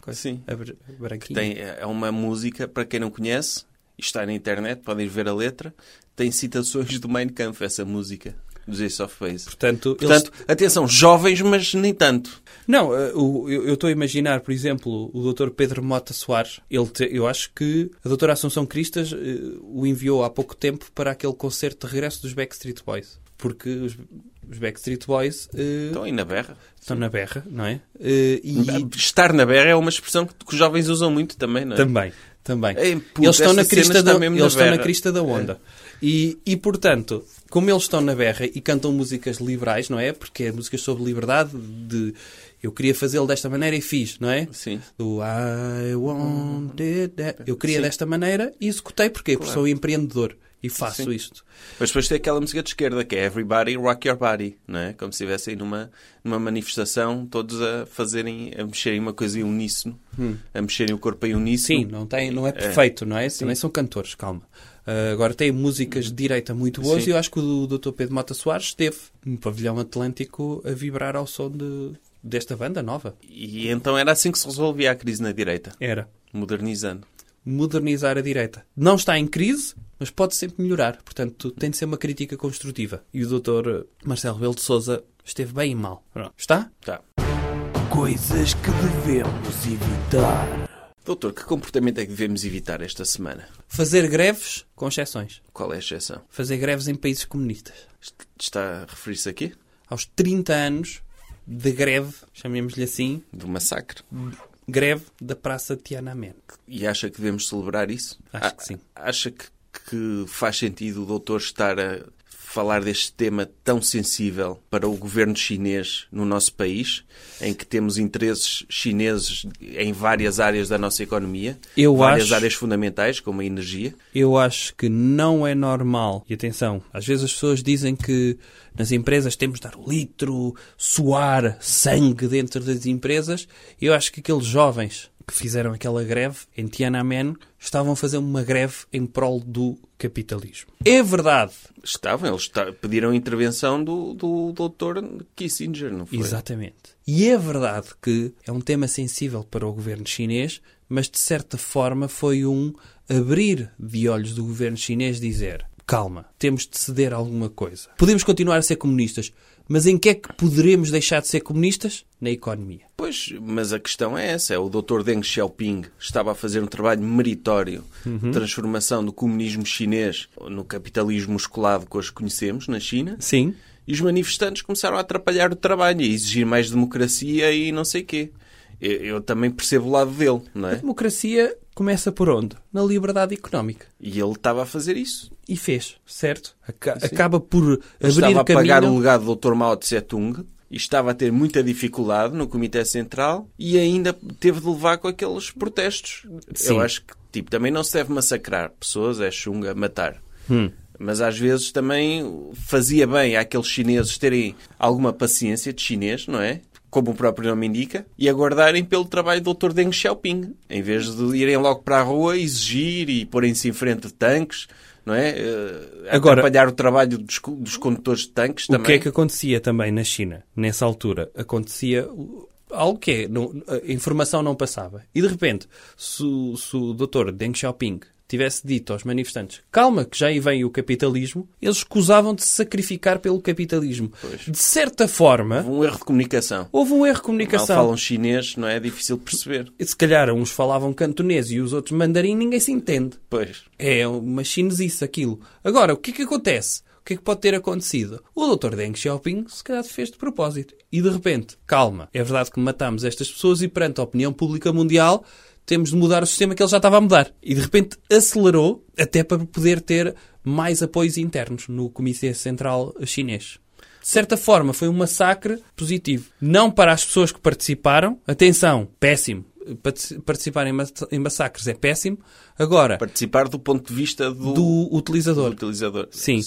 Coisa, Sim. a br- branquinha. tem, é uma música, para quem não conhece, está na internet, podem ir ver a letra, tem citações do Mein Kampf, essa música, dos Ace of Base. Portanto, Portanto, atenção, jovens, mas nem tanto. eles... não, eh, o- eu eu estou a imaginar, por exemplo, o Dr. Pedro Mota Soares. Ele te- eu acho que a doutora Assunção Cristas eh, o enviou há pouco tempo para aquele concerto de regresso dos Backstreet Boys. Porque os, os Backstreet Boys eh, Estão aí na berra. estão na berra, não é? Eh, e Estar na berra Então, é uma expressão que que os jovens usam muito também, não é? também, também. Ei, puto, eles estão esta na cena crista está da, mesmo eles estão na berra. É. crista da onda. E, e, portanto, como eles estão na berra e cantam músicas liberais, não é? Porque é músicas sobre liberdade, de eu queria fazê-lo desta maneira e fiz, não é? Sim. Do I wanted that. Eu queria Sim. desta maneira e executei porquê? Porque sou um empreendedor e faço Sim. isto. Mas depois tem aquela música de esquerda que é Everybody Rock Your Body, não é? Como se estivessem numa, numa manifestação, todos a fazerem, a mexerem uma coisa em uníssono, a mexerem o corpo em uníssono. Hum. Sim, não, tem, não é perfeito, não é? Também são cantores, calma. Ah, agora tem músicas de direita muito boas Sim. e eu acho que o Dr. Pedro Mata Soares esteve no pavilhão atlântico a vibrar ao som de, desta banda nova. E então era assim que se resolvia a crise na direita, Era modernizando. modernizar a direita. Não está em crise, mas pode sempre melhorar. Portanto, tem de ser uma crítica construtiva. E o Dr. ah, Marcelo Rebelo de Souza Esteve bem e mal. Pronto. Está? Tá. Coisas que devemos evitar. Doutor, que comportamento é que devemos evitar esta semana? Fazer greves com exceções. Qual é a exceção? Fazer greves em países comunistas. Est- Está a referir-se aqui? Aos 30 anos de greve, chamemos-lhe assim, Do massacre? greve da Praça Tiananmen. E acha que devemos celebrar isso? Acho A- que sim. Acha que, que faz sentido o doutor estar a falar deste tema tão sensível para o governo chinês no nosso país, em que temos interesses chineses em várias áreas da nossa economia, Eu várias acho- áreas fundamentais, como a energia? Eu acho que não é normal. E atenção, às vezes as pessoas dizem que nas empresas temos de dar o litro, suar, sangue dentro das empresas. Eu acho que aqueles jovens que fizeram aquela greve em Tiananmen estavam a fazer uma greve em prol do capitalismo. É verdade. Estavam, eles esta- pediram intervenção do, do doutor Kissinger, não foi? Exatamente. E é verdade que é um tema sensível para o governo chinês, mas de certa forma foi um abrir de olhos do governo chinês dizer: calma, temos de ceder a alguma coisa. Podemos continuar a ser comunistas, mas em que é que poderemos deixar de ser comunistas? Na economia. Pois, mas a questão é essa. é O Dr. Deng Xiaoping estava a fazer um trabalho meritório de transformação do comunismo chinês no capitalismo escolado que hoje conhecemos na China. Sim. E os manifestantes começaram a atrapalhar o trabalho e a exigir mais democracia e não sei quê. Eu, eu também percebo o lado dele, não A é? democracia começa por onde? Na liberdade económica. E ele estava a fazer isso. E fez, certo? Aca- Sim. acaba por Ele abrir estava a caminho. pagar o legado do Dr. Mao Tse-Tung e estava a ter muita dificuldade no Comitê Central e ainda teve de levar com aqueles protestos. Sim. Eu acho que tipo, também não se deve massacrar pessoas, é chunga, matar. Hum. Mas às vezes também fazia bem àqueles chineses terem alguma paciência de chinês, não é? Como o próprio nome indica, e aguardarem pelo trabalho do Dr. Deng Xiaoping, em vez de irem logo para a rua exigir e porem-se em frente de tanques, não é? Eh, Agora- atrapalhar o trabalho dos, co- dos condutores de tanques O também. que é que acontecia também na China, nessa altura? Acontecia uh, algo que é, não- a informação não passava. E de repente, se, o- se o doutor Deng Xiaoping tivesse dito aos manifestantes calma, que já aí vem o capitalismo, eles escusavam de se sacrificar pelo capitalismo. De certa forma, Um erro de comunicação. houve um erro de Não comunicação. falam chinês, não é? É difícil perceber. E se calhar uns falavam cantonês e os outros mandarim, ninguém se entende. Pois. É uma chinesice aquilo. Agora, o que é que acontece? O que é que pode ter acontecido? O Dr. Deng Xiaoping se calhar fez de propósito. E de repente, calma, é verdade que matámos estas pessoas e perante a opinião pública mundial temos de mudar o sistema que ele já estava a mudar. E de repente acelerou até para poder ter mais apoios internos no Comitê Central Chinês. De certa forma, foi um massacre positivo. Não para as pessoas que participaram. Atenção, péssimo. Parti- Participar em massa- em massacres é péssimo. Agora, Participar do ponto de vista do, do do utilizador. utilizador. Sim.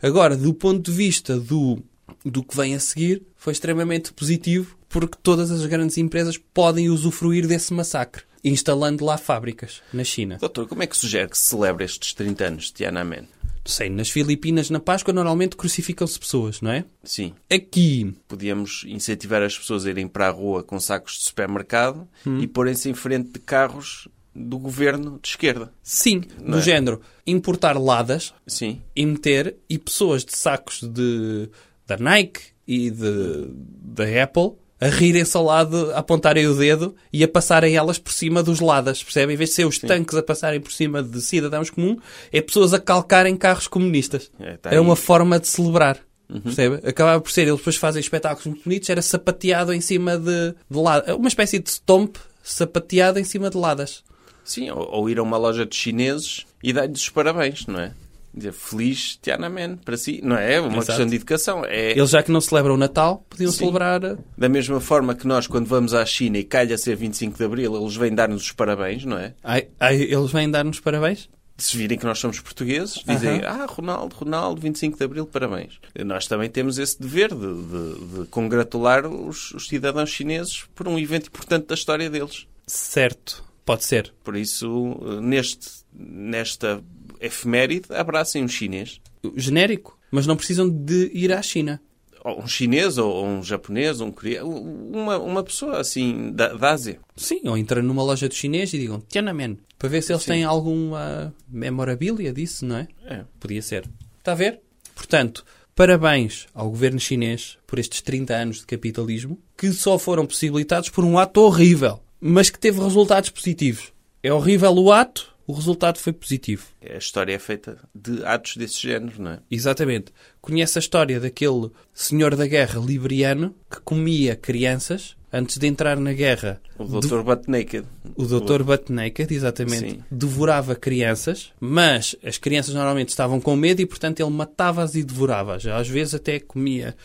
Agora, do ponto de vista do, do que vem a seguir, foi extremamente positivo porque todas as grandes empresas podem usufruir desse massacre, instalando lá fábricas na China. Doutor, como é que sugere que se celebre estes 30 anos de Tiananmen? Não sei, nas Filipinas, na Páscoa, normalmente crucificam-se pessoas, não é? Sim. Aqui, Podíamos incentivar as pessoas a irem para a rua com sacos de supermercado Hum. e porem-se em frente de carros do governo de esquerda. sim, do Não é? género importar ladas Sim. e meter e pessoas de sacos de da Nike e de da Apple a rirem-se ao lado, a apontarem o dedo e a passarem elas por cima dos ladas, percebem? Em vez de ser os tanques a passarem por cima de cidadãos comuns, é pessoas a calcarem carros comunistas. É, tá Era aí. Uhum. uma forma de celebrar. Percebe? Acabava por ser, eles depois fazem espetáculos muito bonitos, era sapateado em cima de, de ladas. Uma espécie de stomp sapateado em cima de ladas. Sim, ou, ou ir a uma loja de chineses e dar-lhes os parabéns, não é? Dizer feliz Tiananmen para si, não é? Uma Exato. questão de educação. É Eles já que não celebram o Natal, podiam Sim. celebrar eh, da mesma forma que nós, quando vamos à China e calha ser 25 de Abril, eles vêm dar-nos os parabéns, não é? Ai, ai, eles vêm dar-nos parabéns? Se virem que nós somos portugueses, dizem Aham. Ah, Ronaldo, Ronaldo, 25 de Abril, parabéns. Nós também temos esse dever de, de- de congratular os, os cidadãos chineses por um evento importante da história deles. Certo, pode ser. Por isso, eh, neste, nesta efeméride, abracem um chinês. Genérico, mas não precisam de ir à China. Ou um chinês, ou, ou um japonês, ou um coreano. Uma, uma pessoa assim, da, da Ásia. Sim, ou entra numa loja de chinês e digam Tiananmen, para ver se eles têm alguma memorabilia disso, não é? É. Podia ser. Está a ver? Portanto, Parabéns ao governo chinês por estes 30 anos de capitalismo que só foram possibilitados por um ato horrível, mas que teve resultados positivos. É horrível o ato, o resultado foi positivo. A história é feita de atos desse género, não é? Exatamente. Conhece a história daquele senhor da guerra liberiano que comia crianças antes de entrar na guerra. O Dr. Butt Naked. O Dr. Butt Naked, exatamente, Sim. devorava crianças, mas as crianças normalmente estavam com medo e, portanto, ele matava-as e devorava-as. Às vezes até comia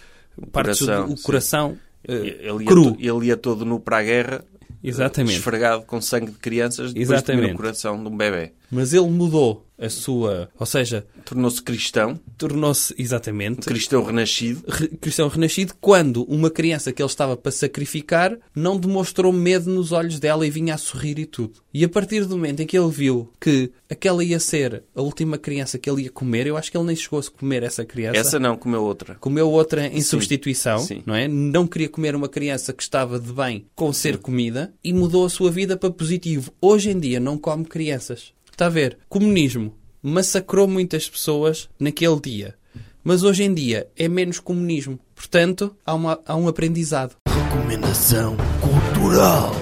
partes coração, do o sim. coração eh, Ele ia, cru. to- ele ia todo nu para a guerra, Exatamente. esfregado com sangue de crianças, depois de comer Exatamente. o coração de um bebê. Mas ele mudou a sua... Ou seja, Tornou-se cristão, tornou-se... Exatamente. cristão renascido. re- cristão renascido quando uma criança que ele estava para sacrificar não demonstrou medo nos olhos dela e vinha a sorrir e tudo. E a partir do momento em que ele viu que aquela ia ser a última criança que ele ia comer, eu acho que ele nem chegou a comer essa criança. Essa não, comeu outra. Comeu outra em substituição, Sim. não é? Não queria comer uma criança que estava de bem com ser comida e mudou a sua vida para positivo. Hoje em dia não come crianças. Está a ver? Comunismo massacrou muitas pessoas naquele dia. Mas hoje em dia é menos comunismo. Portanto, há, uma- há um aprendizado. Recomendação cultural.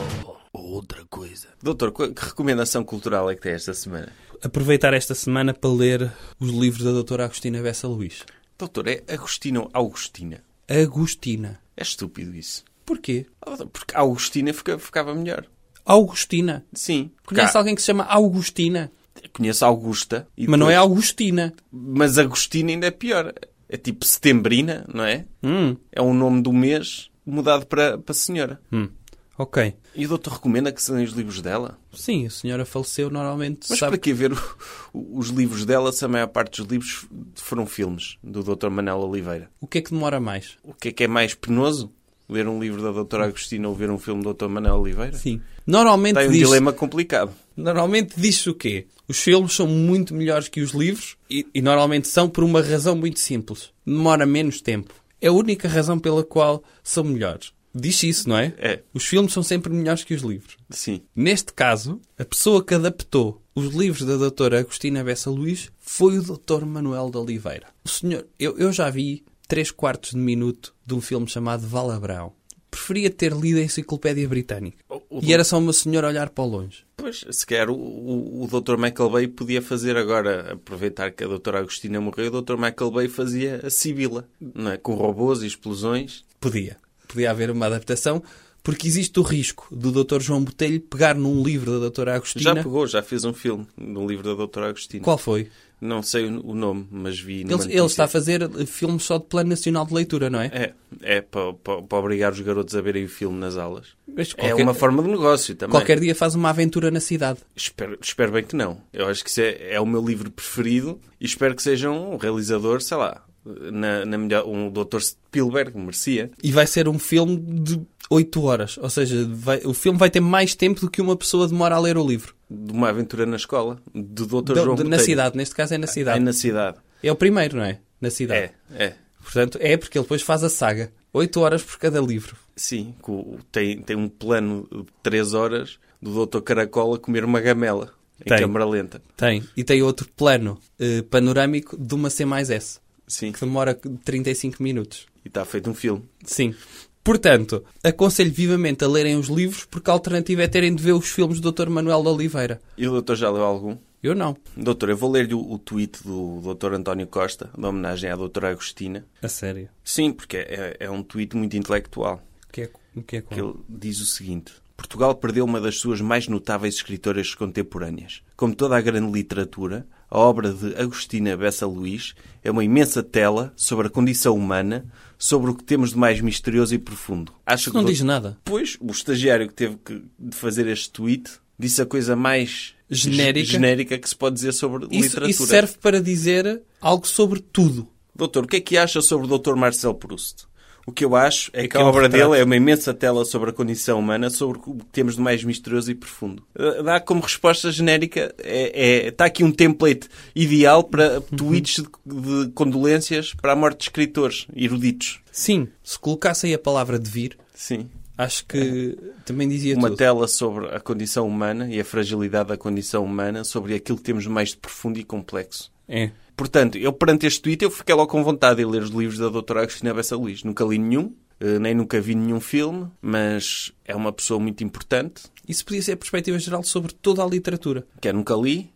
Outra coisa. Doutor, qu- que recomendação cultural é que tem esta semana? Aproveitar esta semana para ler os livros da doutora Agostina Bessa Luís. Doutor, é Agostino Augustina. Agostina. É estúpido isso. Porquê? Ah, doutor, Porque Augustina fica- ficava melhor. Agostina. Sim. porque Conhece há- alguém que se chama Agostina? Conheço Augusta. e Mas não é depois- Agostina. Mas Agostina ainda é pior. É tipo Setembrina, não é? Hum. É um nome do mês mudado para, para senhora. Hum, ok. E o doutor recomenda que se leiam os livros dela? Sim, a senhora faleceu normalmente, Mas sabe? para que ver o- o- os livros dela se a maior parte dos livros foram filmes do Dr. Manuel Oliveira? O que é que demora mais? O que é que é mais penoso? Ler um livro da doutora Agostina ou ver um filme do Dr. Manuel Oliveira? Sim. Normalmente Tem um diz, dilema complicado. normalmente diz o quê? Os filmes são muito melhores que os livros e, e normalmente são por uma razão muito simples. Demora menos tempo. É a única razão pela qual são melhores. Diz isso, não é? É. Os filmes são sempre melhores que os livros. Sim. Neste caso, a pessoa que adaptou os livros da doutora Agostina Bessa Luís foi o Dr. Manuel de Oliveira. O senhor, eu, eu já vi 3 quartos de minuto de um filme chamado Valabrão. Preferia ter lido a enciclopédia britânica. O- o E era só uma senhora olhar para longe. Pois, se calhar o, o, o Dr. Michael Bay podia fazer agora, aproveitar que a Doutora Agostina morreu, o Dr. Michael Bay fazia a Sibila, não é? com robôs e explosões. Podia. Podia haver uma adaptação, porque existe o risco do Dr. João Botelho pegar num livro da doutora Já Agostina. pegou, já fez um filme no livro da Doutora Agostina. Qual foi? Não sei o, o nome, mas vi numa Ele, ele notícia. está a fazer eh, filmes só de plano nacional de leitura, não é? É, é para, para, para obrigar os garotos a verem o filme nas aulas. Mas É uma forma de negócio também. qualquer dia faz uma aventura na cidade. Espero, espero bem que não. Eu acho que isso é, é o meu livro preferido e espero que seja um realizador, sei lá, na, na melhor, um Dr. Spielberg, merecia. E vai ser um filme de 8 horas. Ou seja, vai- o filme vai ter mais tempo do que uma pessoa demora a ler o livro. de uma aventura na escola, do Dr. Da- João de- na Botelho. cidade, neste caso é na É cidade. na cidade. É, o primeiro, não é? Na cidade. É, é. Portanto, é porque ele depois faz a saga. 8 horas por cada livro. Sim, co- tem, tem um plano de 3 horas do Dr. Caracola comer uma gamela em Tem. câmara lenta. Tem. E tem outro plano eh, panorâmico de uma C mais S, Sim, que demora 35 minutos. e está feito um filme. Sim. Portanto, aconselho vivamente a lerem os livros, porque a alternativa é terem de ver os filmes do Dr. Manuel de Oliveira. E o doutor já leu algum? Eu não. Doutor, eu vou ler-lhe o, o tweet do Dr. António Costa, de homenagem à doutora Agostina. A sério. Sim, porque é, é um tweet muito intelectual. O que é, o que é que ele diz o seguinte: Portugal perdeu uma das suas mais notáveis escritoras contemporâneas. Como toda a grande literatura, a obra de Agostina Bessa Luís é uma imensa tela sobre a condição humana, sobre o que temos de mais misterioso e profundo. Acho Não que diz nada. Pois, o estagiário que teve que de fazer este tweet disse a coisa mais Genérica. ge- genérica que se pode dizer sobre Isso, literatura. isso serve para dizer algo sobre tudo. Doutor, o que é que acha sobre o Dr. Marcel Proust? O que eu acho é, que a é um obra retrato. dele é uma imensa tela sobre a condição humana, sobre o que temos de mais misterioso e profundo. Eh, Dá como resposta genérica, é, é- está aqui um template ideal para tweets de, de condolências para a morte de escritores eruditos. Sim, se colocasse aí a palavra devir, Sim. acho que também dizia Uma tudo. tela sobre a condição humana e a fragilidade da condição humana, sobre aquilo que temos de mais de profundo e complexo. É. Portanto, eu perante este tweet eu fiquei logo com vontade de ler os livros da doutora Agostina Bessa Luís. Nunca li nenhum, eh, nem nunca vi nenhum filme, mas é uma pessoa muito importante, Isso podia ser a perspectiva geral sobre toda a literatura. que eu nunca li.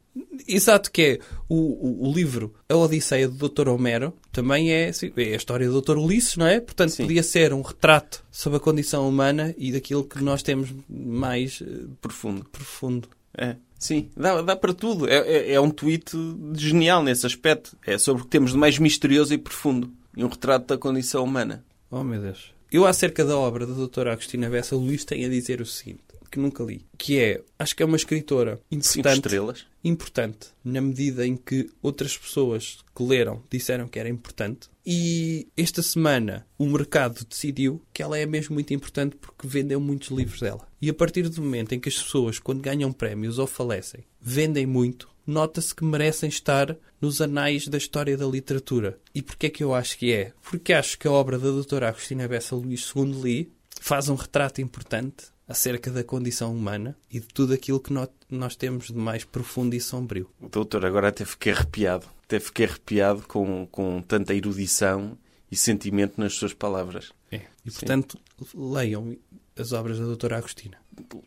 Exato, que é o, o, o livro A Odisseia do Dr. Homero, também é, assim, é a história do Dr. Ulisses, não é? Portanto, Sim. podia ser um retrato sobre a condição humana e daquilo que nós temos mais eh, Profundo. profundo. É. Sim, dá, dá para tudo. É, é- é um tweet genial nesse aspecto. É sobre o que temos de mais misterioso e profundo. E um retrato da condição humana. Oh, meu Deus. Eu, acerca da obra da doutora Agostina Bessa Luís, tenho a dizer o seguinte, que nunca li, que é, acho que é uma escritora Cinco importante, estrelas. importante na medida em que outras pessoas que leram disseram que era importante e esta semana o mercado decidiu que ela é mesmo muito importante porque vendeu muitos livros dela. E a partir do momento em que as pessoas, quando ganham prémios ou falecem, vendem muito, nota-se que merecem estar nos anais da história da literatura. E porquê é que eu acho que é? Porque acho que a obra da doutora Agostina Bessa Luís, segundo li, faz um retrato importante acerca da condição humana e de tudo aquilo que nó- nós temos de mais profundo e sombrio. Doutor, agora até fiquei arrepiado. Até fiquei arrepiado com, com tanta erudição e sentimento nas suas palavras. E, portanto, leiam as obras da doutora Agostina.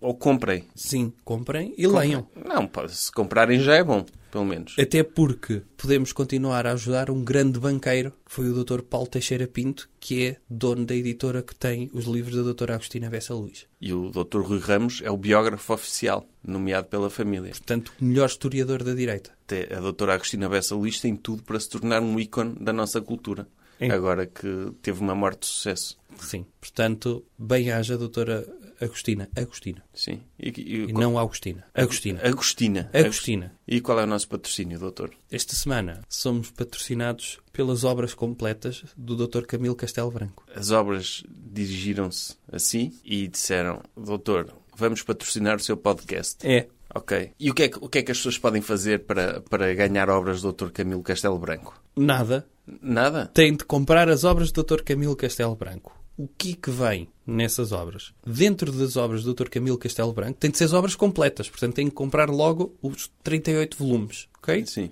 Ou comprem. Sim, comprem e leiam. Não, pá, se comprarem já é bom, pelo menos. Até porque podemos continuar a ajudar um grande banqueiro, que foi o Dr. Paulo Teixeira Pinto, que é dono da editora que tem os livros da doutora Agostina Bessa Luís. E o Dr. Rui Ramos é o biógrafo oficial, nomeado pela família. Portanto, o melhor historiador da direita. Até a doutora Agostina Bessa Luís tem tudo para se tornar um ícone da nossa cultura. Sim. Agora que teve uma morte de sucesso. Sim. Portanto, bem-haja a doutora Agostina. Agostina. Sim. E, e- E qual- não Agostina. Agostina. Agostina. Agostina. E qual é o nosso patrocínio, doutor? Esta semana somos patrocinados pelas obras completas do Dr. Camilo Castelo Branco. As obras dirigiram-se assim e disseram, doutor, vamos patrocinar o seu podcast. É. Ok. E o que é que, o que, é que as pessoas podem fazer para, para ganhar obras do Dr. Camilo Castelo Branco? Nada. Nada? Tem de comprar as obras do Dr. Camilo Castelo Branco. O que é que vem nessas obras? Dentro das obras do Dr. Camilo Castelo Branco, tem de ser as obras completas. Portanto, tem que comprar logo os 38 volumes. Ok? Sim.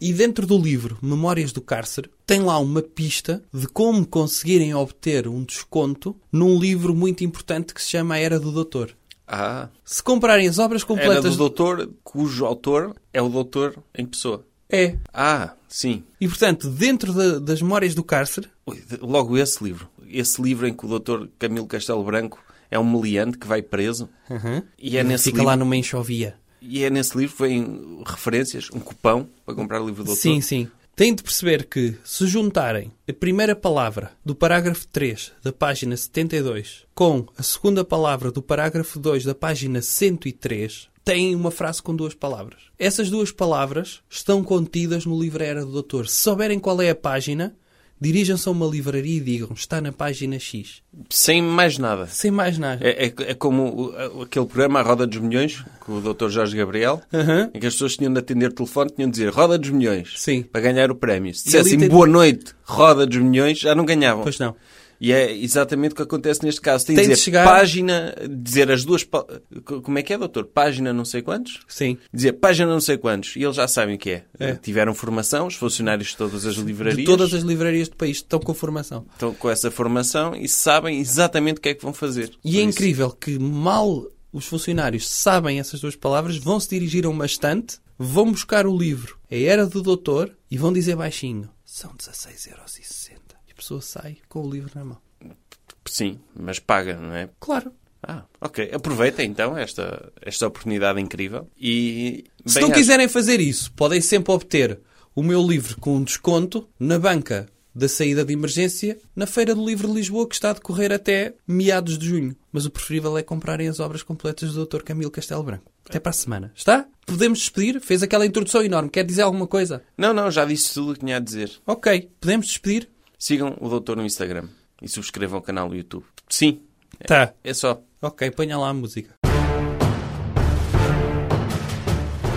E dentro do livro Memórias do Cárcere, tem lá uma pista de como conseguirem obter um desconto num livro muito importante que se chama A Era do Doutor. Ah, Se comprarem as obras era do completas. doutor cujo autor é o doutor em pessoa. É. Ah, sim. E portanto, dentro da- das Memórias do Cárcere, Ui, de- Logo esse livro. Esse livro em que o doutor Camilo Castelo Branco é um meliante que vai preso. E, é nesse fica livro, lá numa enxovia. e é nesse livro que vêm referências, um cupão para comprar o livro do doutor. Sim, sim. Têm de perceber que, se juntarem a primeira palavra do parágrafo 3 da página 72 com a segunda palavra do parágrafo 2 da página 103, têm uma frase com duas palavras. Essas duas palavras estão contidas no livro A Era do Doutor. Se souberem qual é a página, dirijam-se a uma livraria e digam está na página X. Sem mais nada. Sem mais nada. É, é- é como o- aquele programa A Roda dos Milhões, com o doutor Jorge Gabriel, Aham. em que as pessoas tinham de atender o telefone, tinham de dizer Roda dos Milhões, Sim. para ganhar o prémio. Se E ali dissessem tem- Boa Noite, Roda dos Milhões, já não ganhavam. Pois não. E é exatamente o que acontece neste caso. Tem, Tem de de dizer chegar- página, dizer as duas... pa- Como é que é, doutor? Página não sei quantos? Sim. Dizer página não sei quantos. E eles já sabem o que é. É. Tiveram formação, os funcionários de todas as livrarias De todas as livrarias do país estão com formação. estão com essa formação e sabem exatamente o que é que vão fazer. E Por é isso, incrível que mal os funcionários sabem essas duas palavras, vão se dirigir a uma estante, vão buscar o livro A Era do Doutor e vão dizer baixinho são 16,60€. E a pessoa sai com o livro na mão. Sim, mas paga, não é? Claro. Ah, ok. Aproveita então esta, esta oportunidade incrível e. Se bem, não acho- quiserem fazer isso, podem sempre obter o meu livro com um desconto na banca da saída de emergência na Feira do Livro de Lisboa, que está a decorrer até meados de junho. Mas o preferível é comprarem as obras completas do Dr. Camilo Castelo Branco. Até para a semana. Está? Podemos despedir? Fez aquela introdução enorme. Quer dizer alguma coisa? Não, não, já disse tudo o que tinha a dizer. Ok. Podemos despedir? Sigam o doutor no Instagram e subscrevam o canal do YouTube. Sim, Tá. é só. Ok. Ponha lá a música.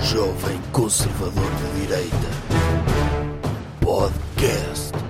Jovem Conservador de Direita. Podcast.